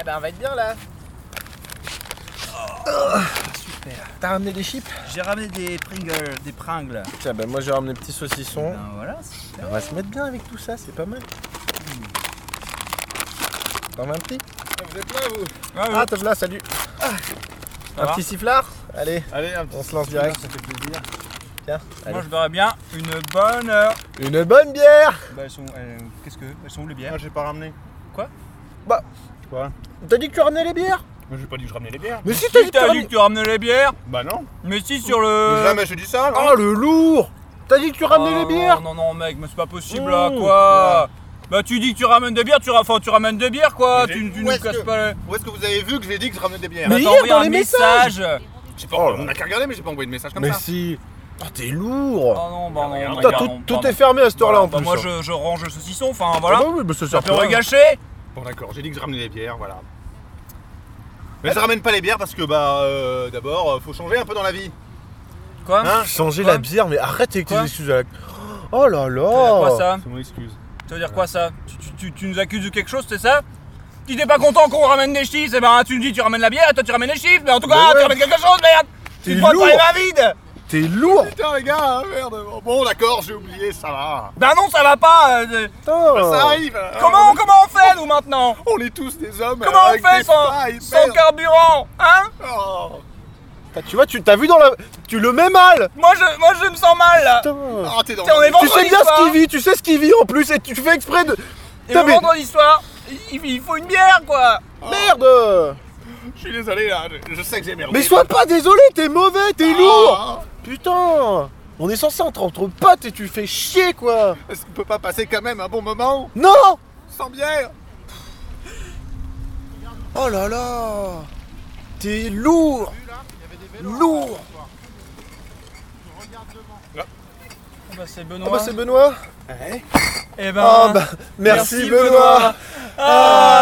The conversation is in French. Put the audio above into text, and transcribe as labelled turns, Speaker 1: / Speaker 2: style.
Speaker 1: Eh ben, on va être bien là.
Speaker 2: Super.
Speaker 1: T'as ramené des chips
Speaker 2: J'ai ramené des Pringles, des Pringles.
Speaker 1: Tiens, ben moi j'ai ramené des petits saucissons.
Speaker 2: Ben voilà, Hmm. super.
Speaker 1: On va se mettre bien avec tout ça, c'est pas mal. T'en veux un petit
Speaker 3: Vous êtes là, vous
Speaker 1: Ah, te là, salut.
Speaker 2: Ah. Ça
Speaker 1: Un
Speaker 2: va
Speaker 1: petit sifflard Allez,
Speaker 3: Allez, un petit
Speaker 1: on se lance direct.
Speaker 3: Ça fait plaisir.
Speaker 1: Tiens, allez.
Speaker 2: Moi, je verrais bien une bonne. euh,
Speaker 1: Une bonne bière
Speaker 2: Bah, elles sont. euh, Qu'est-ce que Elles sont où les bières
Speaker 3: Moi, Ah, j'ai pas ramené.
Speaker 1: T'as dit que tu ramenais les bières
Speaker 3: Moi, j'ai pas dit que je ramenais les bières.
Speaker 1: Mais si
Speaker 2: Si,
Speaker 1: que tu
Speaker 2: t'as dit
Speaker 1: ramenais-
Speaker 2: que tu ramenais les bières,
Speaker 3: Bah non.
Speaker 2: mais si sur le.
Speaker 3: Jamais je dis ça, là.
Speaker 1: Oh le lourd T'as dit que tu ramenais
Speaker 2: Ah,
Speaker 1: les bières
Speaker 2: Non, non, mec, mais c'est pas possible
Speaker 1: Mmh.
Speaker 2: là, quoi Bah, tu dis que tu ramènes des bières, tu, ra- enfin, tu ramènes des bières, quoi
Speaker 3: Mais
Speaker 2: Tu,
Speaker 3: j'ai-
Speaker 2: tu
Speaker 3: où
Speaker 2: nous
Speaker 3: est-ce
Speaker 2: casses
Speaker 3: que-
Speaker 2: pas le.
Speaker 3: Où est-ce que vous avez vu que j'ai dit que je ramenais des bières
Speaker 1: Mais
Speaker 2: Bah, t'as
Speaker 1: hier,
Speaker 2: envoyé
Speaker 1: dans
Speaker 2: un
Speaker 1: les
Speaker 2: message
Speaker 3: J'ai pas.
Speaker 1: Oh là.
Speaker 3: on a qu'à regarder, mais j'ai pas envoyé de message comme
Speaker 1: Mais
Speaker 3: ça.
Speaker 1: si Oh t'es
Speaker 2: Oh
Speaker 1: lourd
Speaker 2: non, bah non,
Speaker 3: Putain,
Speaker 1: Putain,
Speaker 2: regarde,
Speaker 1: tout,
Speaker 2: on-
Speaker 1: tout
Speaker 2: pardon.
Speaker 1: est fermé à cette heure-là en
Speaker 2: Bah,
Speaker 1: plus.
Speaker 2: Moi,
Speaker 1: hein.
Speaker 2: je, je range le saucisson, enfin
Speaker 1: Ah
Speaker 2: voilà.
Speaker 1: bah oui, mais ça
Speaker 2: Ça
Speaker 1: sert
Speaker 2: peut
Speaker 1: plus à rien.
Speaker 2: regacher
Speaker 3: Bon, d'accord, j'ai dit que je ramenais les bières, voilà. Mais je ramène pas les bières parce que, bah, euh, d'abord, euh, faut changer un peu dans la vie.
Speaker 2: Quoi
Speaker 3: Hein
Speaker 1: Changer
Speaker 2: Quoi
Speaker 1: la bière, mais arrête avec tes
Speaker 2: Quoi
Speaker 1: excuses. Alec. Oh là
Speaker 2: Ça veut dire
Speaker 1: là
Speaker 2: quoi ça
Speaker 3: C'est mon excuse.
Speaker 2: Ça veut dire quoi ça tu, tu- tu- tu nous accuses de quelque chose, c'est ça Tu t'es pas content qu'on ramène des chiffres, et ben tu nous dis tu ramènes la bière, et toi tu ramènes les chiffres, mais en tout
Speaker 1: Mais
Speaker 2: cas tu
Speaker 1: ouais.
Speaker 2: ramènes quelque chose, merde
Speaker 1: T'es
Speaker 2: Tu te prends
Speaker 1: lourd.
Speaker 2: pas les mains vides
Speaker 1: T'es lourd
Speaker 3: Putain, les gars, hein, merde. Bon, d'accord, j'ai oublié, ça va.
Speaker 2: Ben non, ça va pas euh, euh,
Speaker 3: Ça
Speaker 1: Putain
Speaker 3: arrive. hein.
Speaker 2: Comment, comment on fait nous maintenant
Speaker 3: On est tous des hommes.
Speaker 2: Comment
Speaker 3: avec
Speaker 2: on fait
Speaker 3: des failles,
Speaker 2: sans, sans
Speaker 3: merde.
Speaker 2: carburant Hein
Speaker 3: Oh.
Speaker 1: Putain, Bah, Tu vois, tu t'as vu dans la. Tu le mets mal
Speaker 2: moi je, moi je me sens mal là
Speaker 1: Putain
Speaker 3: Ah, t'es dans
Speaker 2: Tiens, on est
Speaker 1: Tu sais
Speaker 2: vendredi
Speaker 1: bien
Speaker 2: soir
Speaker 1: ce qu'il vit, tu sais ce qu'il vit en plus et tu fais exprès de.
Speaker 2: Et
Speaker 1: Putain,
Speaker 2: le
Speaker 1: mais-
Speaker 2: vendredi soir, il, il faut une bière quoi
Speaker 1: Merde
Speaker 3: Je suis désolé, là. Je, je sais que j'ai merdé.
Speaker 1: Mais sois pas désolé, t'es mauvais, t'es
Speaker 3: Ah,
Speaker 1: lourd
Speaker 3: hein.
Speaker 1: Putain On est censé être entre potes et tu fais chier quoi
Speaker 3: Est-ce qu'on peut pas passer quand même un bon moment
Speaker 1: Non
Speaker 3: sans bière
Speaker 1: Oh là là T'es lourd Lourd
Speaker 2: bah c'est Benoît.
Speaker 1: Ah bah c'est Benoît
Speaker 2: Eh ben.
Speaker 1: Ah bah merci Benoît Ah,